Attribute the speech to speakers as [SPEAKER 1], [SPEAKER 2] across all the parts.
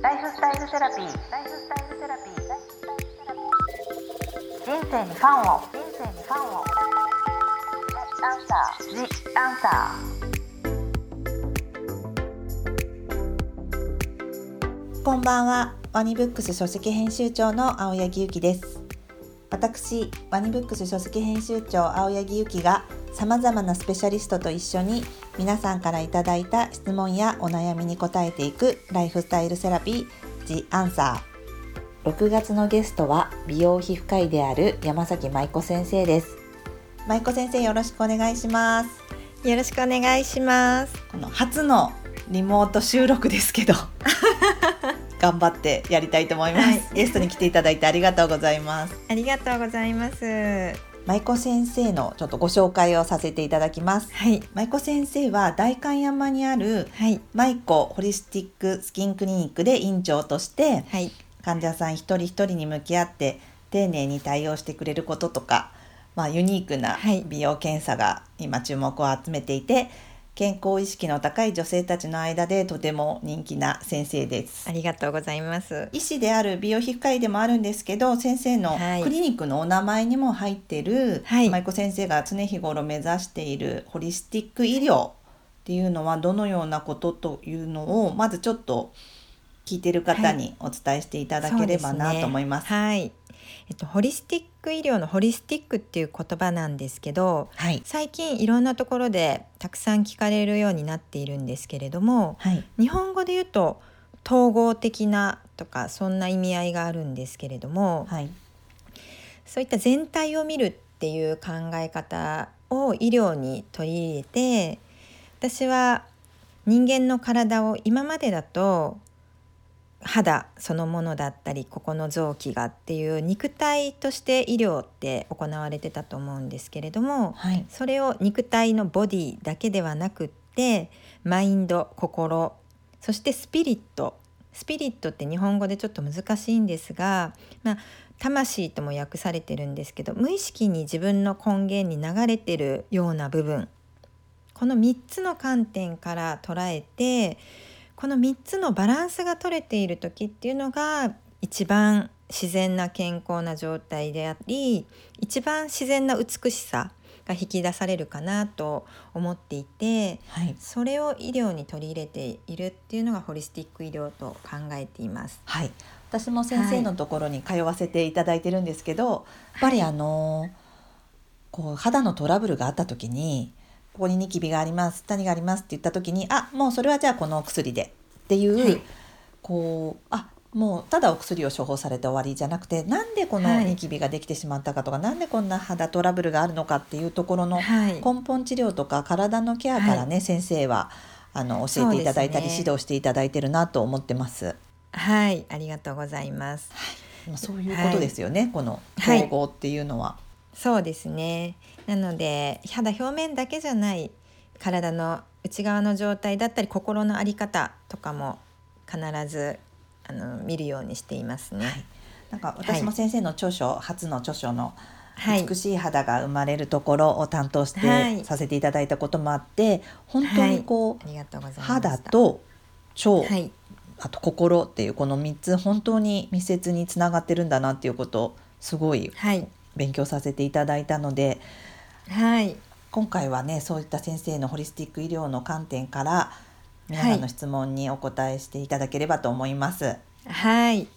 [SPEAKER 1] ライフスタイルセラピーライフスタイルセラピーライフスタイルセラピー人生にファンを人生にファンを The Answer The Answer
[SPEAKER 2] こんばんは。ワニブックス書籍編集長の青柳ゆきです。私、ワニブックス書籍編集長青柳ゆきが様々なスペシャリストと一緒に皆さんからいただいた質問やお悩みに答えていくライフスタイルセラピー The Answer。6月のゲストは美容皮膚科医である山崎舞子先生です。舞子先生よろしくお願いします。
[SPEAKER 3] よろしくお願いします。
[SPEAKER 2] この初のリモート収録ですけど頑張ってやりたいと思います、
[SPEAKER 3] はい
[SPEAKER 2] ゲストに来ていただいてありがとうございます
[SPEAKER 3] ありがとうございます。は
[SPEAKER 2] 舞子先生のちょっとご紹介をさせていただきます
[SPEAKER 3] い、
[SPEAKER 2] 舞子先生は代官山にある
[SPEAKER 3] はい、
[SPEAKER 2] 舞子ホリスティックスキンクリニックで院長として
[SPEAKER 3] はい、
[SPEAKER 2] 患者さん一人一人に向き合って丁寧に対応してくれることとか、まあ、ユニークな
[SPEAKER 3] はい
[SPEAKER 2] 美容検査が今注目を集めていて、健康意識の高い女性たちの間でとても人気な先生です
[SPEAKER 3] あ。りがとうございます。
[SPEAKER 2] 医師である美容皮膚科医でもあるんですけど先生の
[SPEAKER 3] はい
[SPEAKER 2] クリニックのお名前にも入ってる、
[SPEAKER 3] はい
[SPEAKER 2] 舞子先生が常日頃目指しているホリスティック医療っていうのはどのようなことというのをまずちょっと聞いてる方にお伝えしていただければなと思います。
[SPEAKER 3] そうでねはい、えっとホリスティック医療のホリスティックっていう言葉なんですけど、
[SPEAKER 2] はい、
[SPEAKER 3] 最近いろんなところでたくさん聞かれるようになっているんですけれども、
[SPEAKER 2] はい、
[SPEAKER 3] 日本語で言うと統合的なとかそんな意味合いがあるんですけれども、
[SPEAKER 2] はい、
[SPEAKER 3] そういった全体を見るっていう考え方を医療に取り入れて私は人間の体を今までだと肌そのものだったりここの臓器がっていう肉体として医療って行われてたと思うんですけれども
[SPEAKER 2] はい、
[SPEAKER 3] それを肉体のボディだけではなくってマインド心そしてスピリットスピリットって日本語でちょっと難しいんですが、まあ、魂とも訳されてるんですけど無意識に自分の根源に流れてるような部分この3つの観点から捉えてこの3つのバランスが取れている時っていうのが一番自然な健康な状態であり一番自然な美しさが引き出されるかなと思っていて
[SPEAKER 2] はい、
[SPEAKER 3] それを医療に取り入れているっていうのがホリスティック医療と考えています。
[SPEAKER 2] はい、私も先生のところに通わせていただいてるんですけど、やっぱりあのーこう肌のトラブルがあった時にここにニキビがあります何がありますって言った時にあもうそれはじゃあこのお薬でっていう、
[SPEAKER 3] はい
[SPEAKER 2] こうあもうただお薬を処方されて終わりじゃなくてなんでこの
[SPEAKER 3] はい
[SPEAKER 2] ニキビができてしまったかとか、なんでこんな肌トラブルがあるのかっていうところの
[SPEAKER 3] はい、
[SPEAKER 2] 根本治療とか体のケアからね、先生はあの教えていただいた
[SPEAKER 3] そう
[SPEAKER 2] り、
[SPEAKER 3] ですね
[SPEAKER 2] 指導していただいてるなと思ってます。
[SPEAKER 3] はい、ありがとうございます。
[SPEAKER 2] まあそういうことですよね、この
[SPEAKER 3] はい
[SPEAKER 2] 統合っていうのは。
[SPEAKER 3] そうですねなので肌表面だけじゃない体の内側の状態だったり心の在り方とかも必ずあの見るようにしていますね。
[SPEAKER 2] なんか私も
[SPEAKER 3] はい
[SPEAKER 2] 先生の著書、初の著書の
[SPEAKER 3] はい、
[SPEAKER 2] 美しい肌が生まれるところを担当して、
[SPEAKER 3] はい
[SPEAKER 2] させていただいたこともあって本当にこ、
[SPEAKER 3] ありがとうございうます。
[SPEAKER 2] 肌と腸、
[SPEAKER 3] はい、
[SPEAKER 2] あと心っていうこの3つ本当に密接につながってるんだなっていうことをすごい
[SPEAKER 3] はい、
[SPEAKER 2] 勉強させていただいたので
[SPEAKER 3] はい、
[SPEAKER 2] 今回はねそういった先生のホリスティック医療の観点から皆さんの質問にお答えしていただければと思います。
[SPEAKER 3] はい。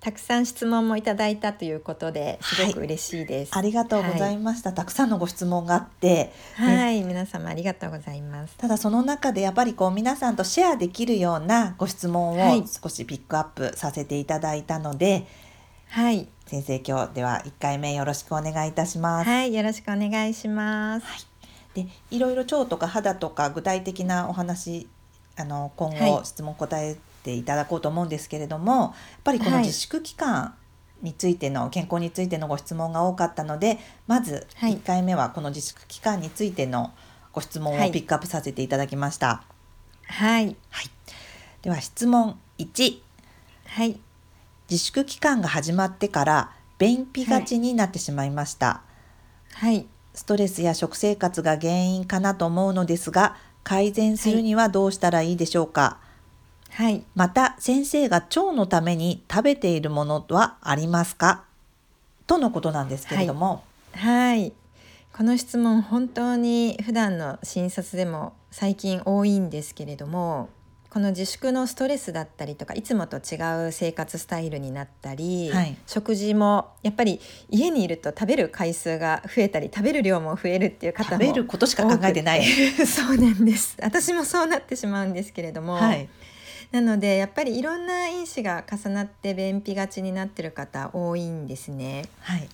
[SPEAKER 3] たくさん質問もいただいたということで、すごく嬉しいです。
[SPEAKER 2] ありがとうございました、たくさんのご質問があって
[SPEAKER 3] はい、はい皆様ありがとうございます。
[SPEAKER 2] ただその中でやっぱりこう皆さんとシェアできるようなご質
[SPEAKER 3] は
[SPEAKER 2] 問を
[SPEAKER 3] い
[SPEAKER 2] 少しピックアップさせていただいたので、
[SPEAKER 3] はい、
[SPEAKER 2] 先生今日では1回目よろしくお願いいたします。
[SPEAKER 3] はい、よろしくお願いします。
[SPEAKER 2] でいろいろ腸とか肌とか具体的なお話あの今
[SPEAKER 3] は
[SPEAKER 2] 後
[SPEAKER 3] い
[SPEAKER 2] 質問答えていただこうと思うんですけれども、やっぱりこの
[SPEAKER 3] はい
[SPEAKER 2] 自粛期間についての、健康についてのご質問が多かったのでまず
[SPEAKER 3] はい
[SPEAKER 2] 1回目はこの自粛期間についてのご質問
[SPEAKER 3] は
[SPEAKER 2] を
[SPEAKER 3] い
[SPEAKER 2] ピックアップさせていただきました、
[SPEAKER 3] はい、
[SPEAKER 2] では質問1
[SPEAKER 3] はい、
[SPEAKER 2] 自粛期間が始まってから便秘がちになってしまいました、
[SPEAKER 3] はい、
[SPEAKER 2] ストレスや食生活が原因かなと思うのですが改善するにはどうしたらいいでしょうか、
[SPEAKER 3] はい
[SPEAKER 2] また先生が腸のために食べているものはありますかとのことなんですけれども、
[SPEAKER 3] はいこの質問本当に普段の診察でも最近多いんですけれどもこの自粛のストレスだったりとかいつもと違う生活スタイルになったり、
[SPEAKER 2] はい
[SPEAKER 3] 食事もやっぱり家にいると食べる回数が増えたり食べる量も増えるっていう方
[SPEAKER 2] 食
[SPEAKER 3] も
[SPEAKER 2] べることしか考えてない。
[SPEAKER 3] そうなんです私もそうなってしまうんですけれども、
[SPEAKER 2] はい、
[SPEAKER 3] なのでやっぱりいろんな因子が重なって便秘がちになってる方多いんですね。
[SPEAKER 2] はい、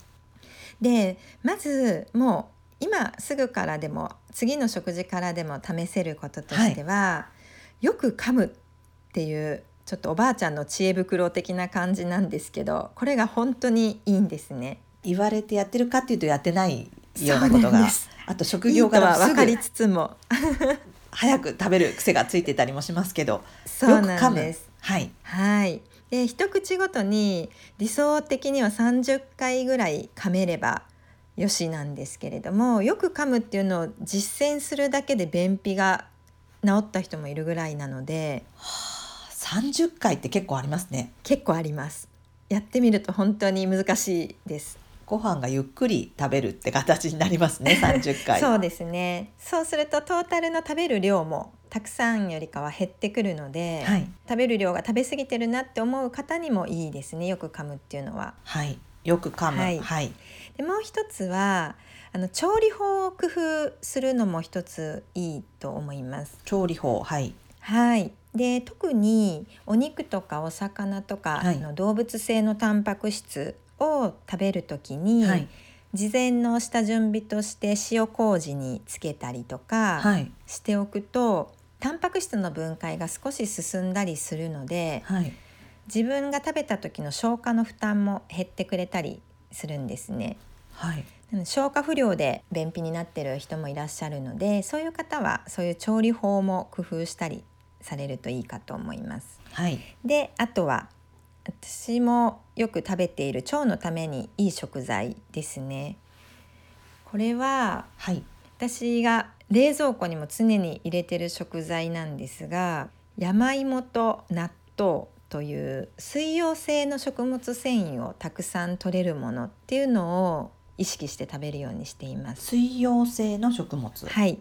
[SPEAKER 3] でまずもう今すぐからでも次の食事からでも試せることとしては、よく噛むっていうちょっとおばあちゃんの知恵袋的な感じなんですけどこれが本当にいいんですね。
[SPEAKER 2] 言われてやってるかっていうとやってないようなこと
[SPEAKER 3] そうなん
[SPEAKER 2] が
[SPEAKER 3] です
[SPEAKER 2] あと職
[SPEAKER 3] いいと
[SPEAKER 2] 業から
[SPEAKER 3] は
[SPEAKER 2] す
[SPEAKER 3] 分
[SPEAKER 2] ぐ
[SPEAKER 3] かりつつも
[SPEAKER 2] 早く食べる癖がついてたりもしますけど
[SPEAKER 3] そう
[SPEAKER 2] よ
[SPEAKER 3] な
[SPEAKER 2] く噛
[SPEAKER 3] ん
[SPEAKER 2] む
[SPEAKER 3] です。
[SPEAKER 2] はい
[SPEAKER 3] はい。で一口ごとに理想的には30回ぐらい噛めればよしなんですけれどもよく噛むっていうのを実践するだけで便秘が治った人もいるぐらいなので
[SPEAKER 2] 30回って結構ありますね
[SPEAKER 3] 結構あります。やってみると本当に難しいです。
[SPEAKER 2] ご飯がゆっくり食べるって形になりま すね30回
[SPEAKER 3] そうですね。そうするとトータルの食べる量もたくさんよりかは減ってくるので、
[SPEAKER 2] はい、
[SPEAKER 3] 食べる量が食べ過ぎてるなって思う方にもいいですね。よく噛むっていうのは。
[SPEAKER 2] はい、よく噛む
[SPEAKER 3] はい
[SPEAKER 2] はい
[SPEAKER 3] でもう一つはあの調理法を工夫するのも一ついいと思います。
[SPEAKER 2] 調理法はい
[SPEAKER 3] はい。で特にお肉とかお魚とか、
[SPEAKER 2] はい
[SPEAKER 3] あの動物性のタンパク質を食べるときに、
[SPEAKER 2] はい
[SPEAKER 3] 事前の下準備として塩麹につけたりとか
[SPEAKER 2] はい
[SPEAKER 3] しておくと、タンパク質の分解が少し進んだりするので
[SPEAKER 2] はい
[SPEAKER 3] 自分が食べた時の消化の負担も減ってくれたりするんですね。
[SPEAKER 2] はい
[SPEAKER 3] 消化不良で便秘になってる人もいらっしゃるのでそういう方はそういう調理法も工夫したりされるといいかと思います。
[SPEAKER 2] はい
[SPEAKER 3] であとは私もよく食べている腸のためにいい食材ですね。これは
[SPEAKER 2] はい
[SPEAKER 3] 私が冷蔵庫にも常に入れてる食材なんですが山芋と納豆という水溶性の食物繊維をたくさん取れるものっていうのを意識して食べるようにしています。
[SPEAKER 2] 水溶性の食物
[SPEAKER 3] はい、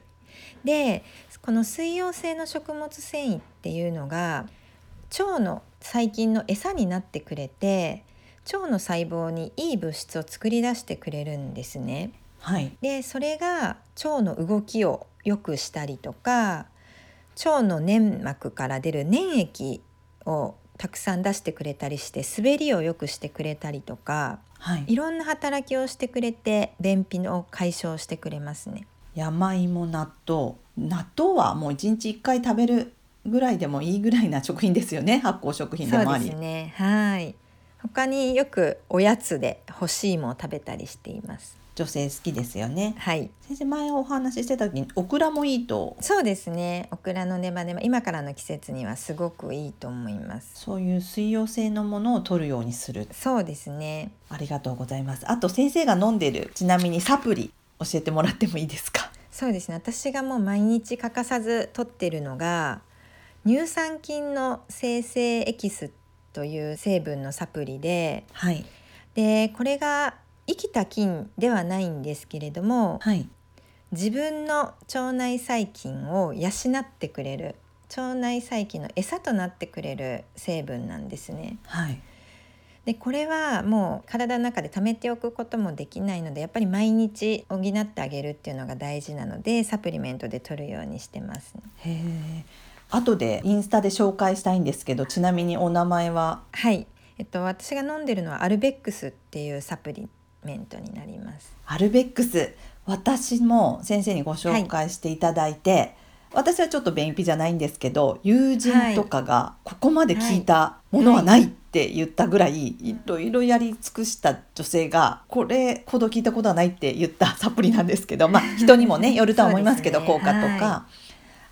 [SPEAKER 3] でこの水溶性の食物繊維っていうのが腸の細菌の餌になってくれて腸の細胞にいい物質を作り出してくれるんですね。
[SPEAKER 2] はい
[SPEAKER 3] でそれが腸の動きを良くしたりとか腸の粘膜から出る粘液をたくさん出してくれたりして滑りを良くしてくれたりとか
[SPEAKER 2] はい
[SPEAKER 3] いろんな働きをしてくれて便秘の解消してくれますね。
[SPEAKER 2] 山芋納豆納豆はもう一日一回食べるぐらいでもいいぐらいな食品です よね発酵食品で
[SPEAKER 3] そう
[SPEAKER 2] もあ
[SPEAKER 3] で
[SPEAKER 2] り
[SPEAKER 3] すねはい他によくおやつで干し芋を食べたりしています。
[SPEAKER 2] 女性好きですよね
[SPEAKER 3] はい
[SPEAKER 2] 先生前お話ししてた時にオクラもいいと
[SPEAKER 3] そうですねオクラのネバネバ今からの季節にはすごくいいと思います。
[SPEAKER 2] そういう水溶性のものを取るようにする
[SPEAKER 3] そうですね
[SPEAKER 2] ありがとうございますあと先生が飲んでるちなみにサプリ教えてもらってもいいですか
[SPEAKER 3] そうですね私がもう毎日欠かさず取ってるのが乳酸菌の生成エキスという成分のサプリで
[SPEAKER 2] はい
[SPEAKER 3] でこれが生きた菌ではないんですけれども
[SPEAKER 2] はい
[SPEAKER 3] 自分の腸内細菌を養ってくれる腸内細菌の餌となってくれる成分なんですね。
[SPEAKER 2] はい
[SPEAKER 3] でこれはもう体の中で溜めておくこともできないのでやっぱり毎日補ってあげるっていうのが大事なのでサプリメントで取るようにしてます、
[SPEAKER 2] へえ後でインスタで紹介したいんですけどちなみにお名前は
[SPEAKER 3] はい、えっと、私が飲んでるのはアルベックスっていうサプリメントになります
[SPEAKER 2] アルベックス私も先生にご紹介していただいて、私はちょっと便秘じゃないんですけど友人とかがここまで聞いたものはないって言ったぐらい、いろいろやり尽くした女性がこれほど聞いたことはないって言ったサプリなんですけどまあ人にもねよるとは思いますけど
[SPEAKER 3] そう
[SPEAKER 2] 効
[SPEAKER 3] で
[SPEAKER 2] 果
[SPEAKER 3] す
[SPEAKER 2] と
[SPEAKER 3] ね
[SPEAKER 2] か、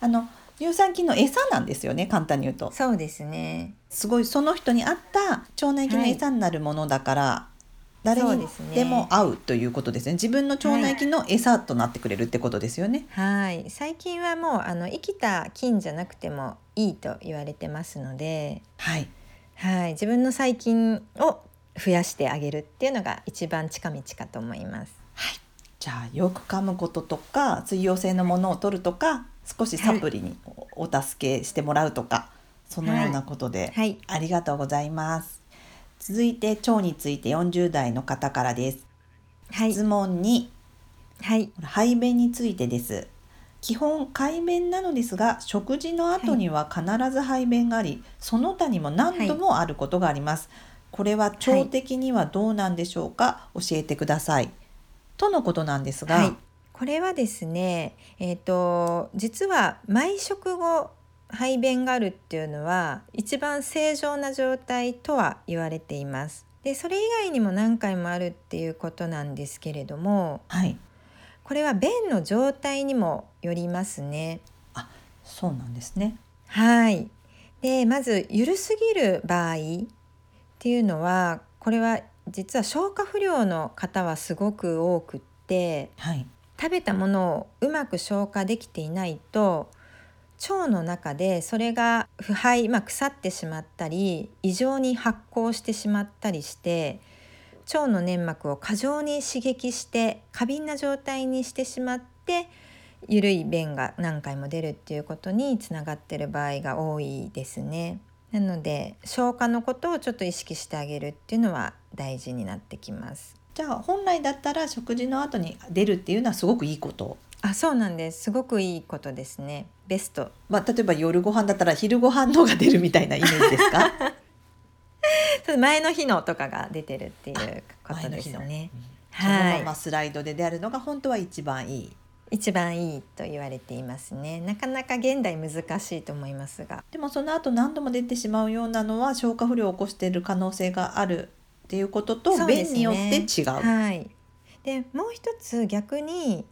[SPEAKER 2] あの乳酸菌の餌なんですよね簡単に言うと
[SPEAKER 3] そうですね
[SPEAKER 2] すごいその人に合った腸内菌の餌になるものだから、誰
[SPEAKER 3] そう
[SPEAKER 2] に
[SPEAKER 3] ですね
[SPEAKER 2] でも合うということですね自分の腸内菌の餌となってくれるってことですよね、
[SPEAKER 3] はい最近はもうあの生きた菌じゃなくてもいいと言われてますので、
[SPEAKER 2] はい
[SPEAKER 3] はい、自分の細菌を増やしてあげるっていうのが一番近道かと思います。
[SPEAKER 2] じゃあよく噛むこととか水溶性のものを取るとか少しサプリにおお助けしてもらうとか、そのようなことで、
[SPEAKER 3] はい、
[SPEAKER 2] ありがとうございます続いて腸について40代の方からです
[SPEAKER 3] はい
[SPEAKER 2] 質、問に
[SPEAKER 3] はい、
[SPEAKER 2] 排便についてです基本快便なのですが食事の後には必ず排便があり、その他にも何度もあることがあります、これは腸的にはどうなんでしょうか、教えてくださいとのことなんですが、
[SPEAKER 3] はい、これはですね、えっ、と実は毎食後排便があるっていうのは一番正常な状態とは言われています。で、それ以外にも何回もあるっていうことなんですけれども、
[SPEAKER 2] はい、
[SPEAKER 3] これは便の状態にもよりますね。
[SPEAKER 2] そうなんですね
[SPEAKER 3] はい。で、まずゆるすぎる場合っていうのは、これは実は消化不良の方はすごく多くって、
[SPEAKER 2] はい
[SPEAKER 3] 食べたものをうまく消化できていないと腸の中でそれが腐敗、まあ、腐ってしまったり異常に発酵してしまったりして腸の粘膜を過剰に刺激して過敏な状態にしてしまって緩い便が何回も出るっていうことにつながってる場合が多いですね。なので消化のことをちょっと意識してあげるっていうのは大事になってきます。
[SPEAKER 2] じゃあ本来だったら食事の後に出るっていうのはすごくいいこと、
[SPEAKER 3] あ、そうなんです。すごくいいことですね。ベスト。
[SPEAKER 2] まあ、例えば夜ご飯だったら昼ご飯のが出るみたいなイメージです か
[SPEAKER 3] ただ前の日のとかが出てるっていうことです
[SPEAKER 2] 前の
[SPEAKER 3] ね。
[SPEAKER 2] その
[SPEAKER 3] は
[SPEAKER 2] まま
[SPEAKER 3] い。
[SPEAKER 2] スライドで出るのが本当は一番いい
[SPEAKER 3] 一番いいと言われていますね。なかなか現代難しいと思いますが。
[SPEAKER 2] でもその後何度も出てしまうようなのは消化不良を起こしている可能性があるっていうことと、
[SPEAKER 3] そうで
[SPEAKER 2] 便
[SPEAKER 3] す
[SPEAKER 2] に
[SPEAKER 3] ね
[SPEAKER 2] よって違う。
[SPEAKER 3] はい。で、もう一つ逆に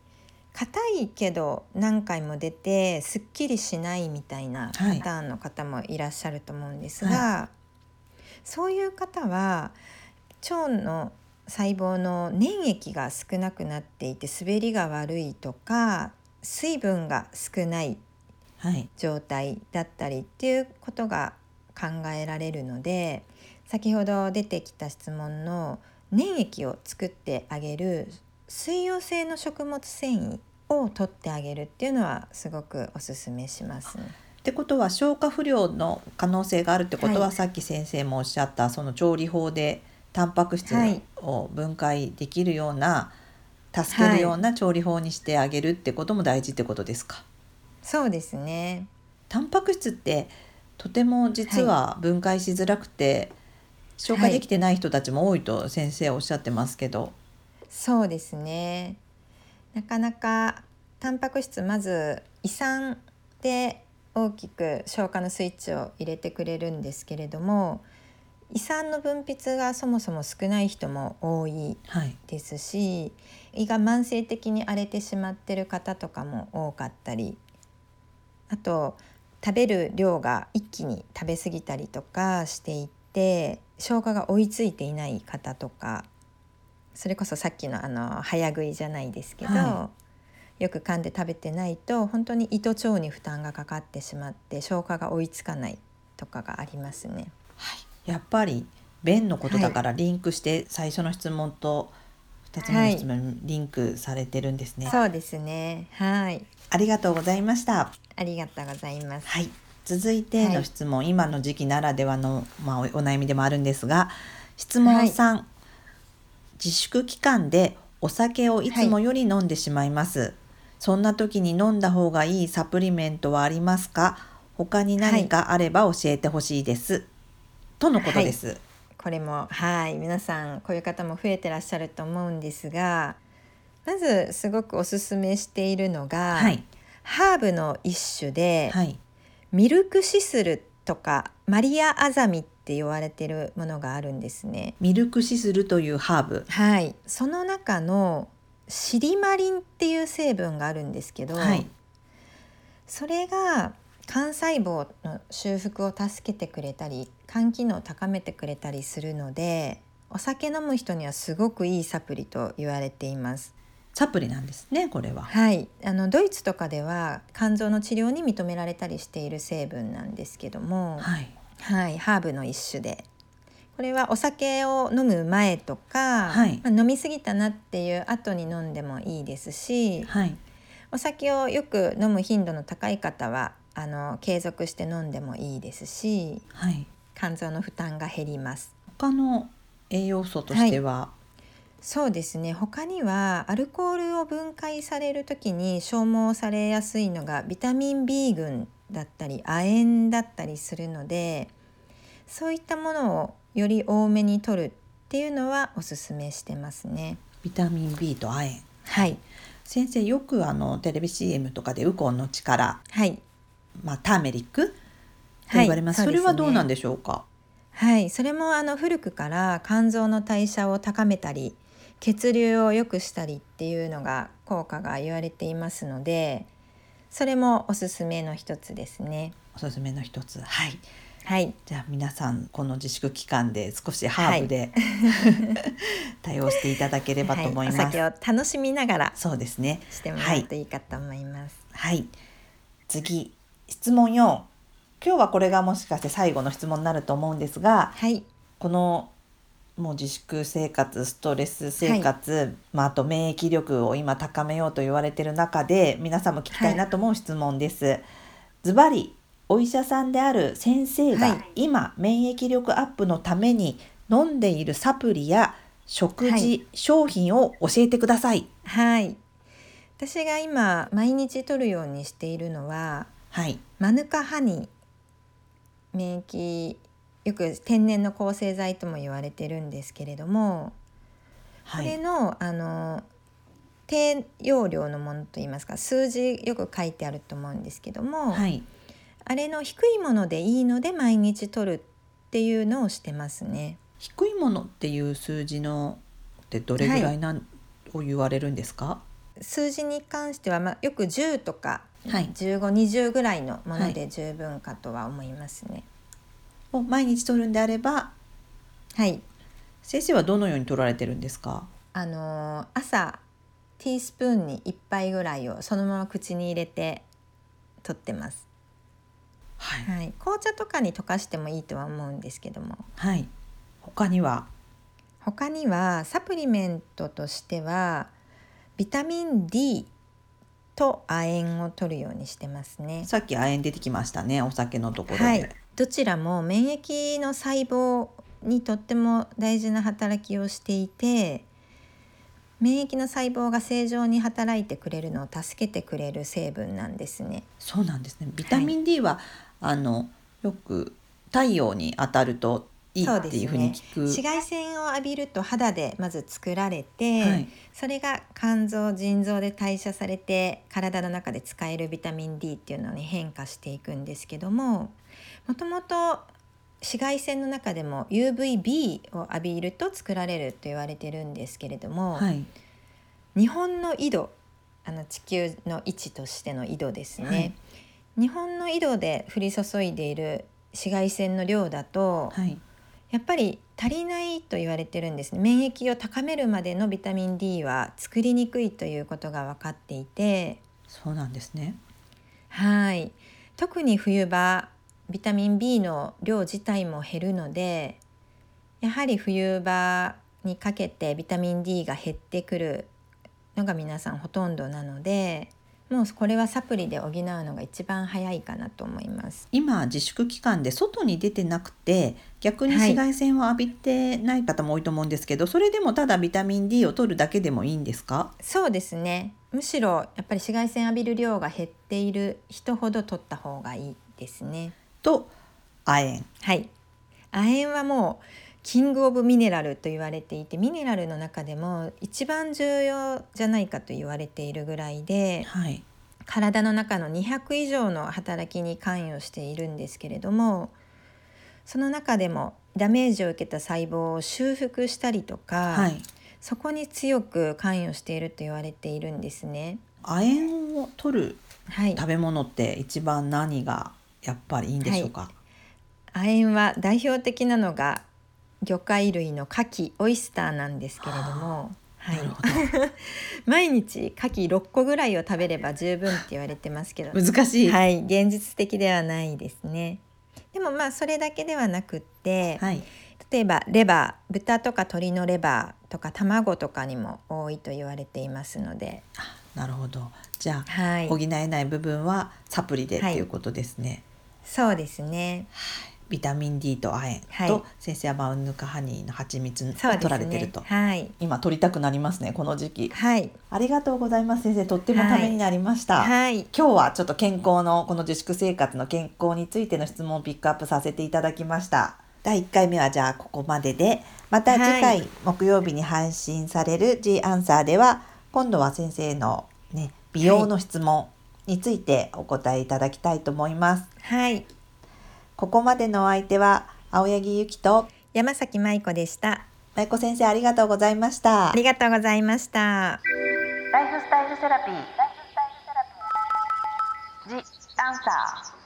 [SPEAKER 3] 硬いけど何回も出てすっきりしないみたいなパターンの方もいらっしゃると思うんですが、そういう方は腸の細胞の粘液が少なくなっていて滑りが悪いとか水分が少ない
[SPEAKER 2] はい
[SPEAKER 3] 状態だったりっていうことが考えられるので先ほど出てきた質問の粘液を作ってあげる水溶性の食物繊維を取ってあげるっていうのはすごくおすすめしますね。
[SPEAKER 2] ってことは消化不良の可能性があるってことは、
[SPEAKER 3] はい
[SPEAKER 2] さっき先生もおっしゃったその調理法でタンパク質
[SPEAKER 3] はい
[SPEAKER 2] を分解できるような、助けるような調理法にしてあげるってことも大事ってことですか。
[SPEAKER 3] そうですね。
[SPEAKER 2] タンパク質ってとても実は分解しづらくて、消化できてない人たちも多いと先生おっしゃってますけど、
[SPEAKER 3] そうですね。なかなかタンパク質まず胃酸で大きく消化のスイッチを入れてくれるんですけれども胃酸の分泌がそもそも少ない人も多い
[SPEAKER 2] はい、
[SPEAKER 3] ですし胃が慢性的に荒れてしまってる方とかも多かったりあと食べる量が一気に食べ過ぎたりとかしていって消化が追いついていない方とかそれこそさっきのあの早食いじゃないですけど、
[SPEAKER 2] は
[SPEAKER 3] よく噛んで食べてないと本当に胃と腸に負担がかかってしまって消化が追いつかないとかがありますね。
[SPEAKER 2] やっぱり便のことだからリンクして最初の質問と2つ目の質問にリンクされてるんですね、
[SPEAKER 3] そうですねはい
[SPEAKER 2] ありがとうございました
[SPEAKER 3] ありがとうございます。
[SPEAKER 2] はい続いての質問、今の時期ならではの、まあ、おお悩みでもあるんですが質問3、自粛期間でお酒をいつもより飲んでしまいます、そんな時に飲んだ方がいいサプリメントはありますか他に何かあれば教えてほしいです、とのことです、
[SPEAKER 3] これもはい皆さんこういう方も増えてらっしゃると思うんですがまずすごくおすすめしているのが、
[SPEAKER 2] はい
[SPEAKER 3] ハーブの一種で、
[SPEAKER 2] はい
[SPEAKER 3] ミルクシスルとかマリアアザミって言われてるものがあるんですね。
[SPEAKER 2] ミルクシスルというハーブ。
[SPEAKER 3] はい、その中のシリマリンっていう成分があるんですけど、
[SPEAKER 2] はい。
[SPEAKER 3] それが肝細胞の修復を助けてくれたり肝機能を高めてくれたりするのでお酒飲む人にはすごくいいサプリと言われています。
[SPEAKER 2] サプリなんですねこれは。
[SPEAKER 3] はい、あのドイツとかでは肝臓の治療に認められたりしている成分なんですけども、
[SPEAKER 2] はい
[SPEAKER 3] はい、ハーブの一種でこれはお酒を飲む前とか、
[SPEAKER 2] はい
[SPEAKER 3] まあ飲み過ぎたなっていう後に飲んでもいいですし
[SPEAKER 2] はい
[SPEAKER 3] お酒をよく飲む頻度の高い方はあの継続して飲んでもいいですし
[SPEAKER 2] はい。
[SPEAKER 3] 肝臓の負担が減ります。
[SPEAKER 2] 他の栄養素としては、
[SPEAKER 3] そうですね他にはアルコールを分解される時に消耗されやすいのがビタミン B 群だったり亜鉛だったりするのでそういったものをより多めに摂るっていうのはおすすめしてますね。
[SPEAKER 2] ビタミン B と亜鉛。
[SPEAKER 3] はい、
[SPEAKER 2] 先生よくあのテレビ CM とかでウコンの力、
[SPEAKER 3] はい、
[SPEAKER 2] まあターメリックって言われます。それはどうなん
[SPEAKER 3] で
[SPEAKER 2] でしょうか。
[SPEAKER 3] はい、それもあの古くから肝臓の代謝を高めたり血流を良くしたりっていうのが効果が言われていますのでそれもおすすめの一つですね。
[SPEAKER 2] おすすめの一つ。はい。
[SPEAKER 3] はい、
[SPEAKER 2] じゃあ皆さんこの自粛期間で少しハーブで、 対応していただければと思います。
[SPEAKER 3] はい、お酒を楽しみながら
[SPEAKER 2] そうですね。
[SPEAKER 3] してもらうといいかと思います。
[SPEAKER 2] はい。次質問4。今日はこれがもしかして最後の質問になると思うんですが、
[SPEAKER 3] はい、
[SPEAKER 2] このもう自粛生活ストレス生活、まあ、あと免疫力を今高めようと言われてる中で皆さんも聞きたいなと思う質問です。ズバリお医者さんである先生
[SPEAKER 3] は
[SPEAKER 2] が
[SPEAKER 3] い
[SPEAKER 2] 今免疫力アップのために飲んでいるサプリや食事、
[SPEAKER 3] はい
[SPEAKER 2] 商品を教えてください。
[SPEAKER 3] はい。私が今毎日取るようにしているのは
[SPEAKER 2] はい。
[SPEAKER 3] マヌカハニー免疫よく天然の抗生剤とも言われてるんですけれども、
[SPEAKER 2] は
[SPEAKER 3] これ
[SPEAKER 2] い。
[SPEAKER 3] のあの低用量のものといいますか数字よく書いてあると思うんですけども、
[SPEAKER 2] はい。
[SPEAKER 3] あれの低いものでいいので毎日取るっていうのをしてますね。
[SPEAKER 2] 低いものっていう数字のってどれぐらいなん、を言われるんですか。
[SPEAKER 3] 数字に関しては、まあ、よく10とか
[SPEAKER 2] はい。
[SPEAKER 3] 1520ぐらいのもの
[SPEAKER 2] は
[SPEAKER 3] で十分かとは思いますね。
[SPEAKER 2] を毎日取るんであれば
[SPEAKER 3] はい、
[SPEAKER 2] 先生はどのように取られてるんですか。
[SPEAKER 3] あのー朝ティースプーンに1杯ぐらいをそのまま口に入れて取ってます。
[SPEAKER 2] はい。
[SPEAKER 3] はい、紅茶とかに溶かしてもいいとは思うんですけども
[SPEAKER 2] はい。他には。
[SPEAKER 3] 他にはサプリメントとしてはビタミン D と亜鉛を取るようにしてますね。
[SPEAKER 2] さっき亜鉛出てきましたね。お酒のところで。
[SPEAKER 3] はい、どちらも免疫の細胞にとっても大事な働きをしていて免疫の細胞が正常に働いてくれるのを助けてくれる成分なんですね。
[SPEAKER 2] そうなんですね。ビタミン D は、あのよく太陽に当たるといい
[SPEAKER 3] そう
[SPEAKER 2] っ
[SPEAKER 3] です
[SPEAKER 2] て
[SPEAKER 3] ね
[SPEAKER 2] いうふうに聞く。
[SPEAKER 3] 紫外線を浴びると肌でまず作られて、
[SPEAKER 2] はい。
[SPEAKER 3] それが肝臓腎臓で代謝されて体の中で使えるビタミン D っていうのに変化していくんですけどももともと紫外線の中でも UVB を浴びると作られると言われてるんですけれども、
[SPEAKER 2] はい。
[SPEAKER 3] 日本の緯度あの地球の位置としての緯度ですね、
[SPEAKER 2] はい
[SPEAKER 3] 日本の緯度で降り注いでいる紫外線の量だと、
[SPEAKER 2] はい。
[SPEAKER 3] やっぱり足りないと言われてるんですね免疫を高めるまでのビタミン D は作りにくいということが分かっていて
[SPEAKER 2] そうなんですね。
[SPEAKER 3] はい特に冬場ビタミン B の量自体も減るのでやはり冬場にかけてビタミン D が減ってくるのが皆さんほとんどなのでもうこれはサプリで補うのが一番早いかなと思います。
[SPEAKER 2] 今自粛期間で外に出てなくて逆に
[SPEAKER 3] はい
[SPEAKER 2] 紫外線を浴びてない方も多いと思うんですけど、それでもただビタミン D を取るだけでもいいんですか
[SPEAKER 3] そうですねむしろやっぱり紫外線浴びる量が減っている人ほど取った方がいいですね
[SPEAKER 2] と亜鉛
[SPEAKER 3] はい亜鉛はもうキングオブミネラルと言われていてミネラルの中でも一番重要じゃないかと言われているぐらいで
[SPEAKER 2] はい
[SPEAKER 3] 体の中の200以上の働きに関与しているんですけれどもその中でもダメージを受けた細胞を修復したりとか、
[SPEAKER 2] はい
[SPEAKER 3] そこに強く関与していると言われているんですね。
[SPEAKER 2] 亜鉛を取る
[SPEAKER 3] はい、
[SPEAKER 2] 食べ物って一番何がやっぱりいいんでしょうか、
[SPEAKER 3] 亜鉛は代表的なのが魚介類の牡蠣オイスターなんですけれども、はい
[SPEAKER 2] なるほど
[SPEAKER 3] 毎日牡蠣6個ぐらいを食べれば十分って言われてますけど
[SPEAKER 2] 難しい。
[SPEAKER 3] はい現実的ではないですねでもまあそれだけではなくって、
[SPEAKER 2] はい。
[SPEAKER 3] 例えばレバー豚とか鶏のレバーとか卵とかにも多いと言われていますので
[SPEAKER 2] なるほど。じゃあ、
[SPEAKER 3] はい
[SPEAKER 2] 補えない部分はサプリでっ
[SPEAKER 3] はい
[SPEAKER 2] ていうことですね。
[SPEAKER 3] そうですね
[SPEAKER 2] ビタミン D と亜鉛と、
[SPEAKER 3] はい
[SPEAKER 2] 先生はマウヌカハニーの蜂蜜
[SPEAKER 3] そう
[SPEAKER 2] を
[SPEAKER 3] ですね
[SPEAKER 2] 取られてると。
[SPEAKER 3] はい
[SPEAKER 2] 今取りたくなりますねこの時期。
[SPEAKER 3] はい
[SPEAKER 2] ありがとうございます先生とってもためになりました。
[SPEAKER 3] はい
[SPEAKER 2] 今日はちょっと健康のこの自粛生活の健康についての質問をピックアップさせていただきました第1回目はじゃあここまででまた次
[SPEAKER 3] は
[SPEAKER 2] 回木曜日に配信される G アンサーでは今度は先生のね美容の質問についてお答えいただきたいと思います
[SPEAKER 3] はい
[SPEAKER 2] ここまでのお相手は青柳ゆきと
[SPEAKER 3] 山崎舞子でした
[SPEAKER 2] 舞子先生ありがとうございました
[SPEAKER 3] ありがとうございました
[SPEAKER 1] ライフスタイルセラピー。ライフスタイルセラピー。ジアンサー。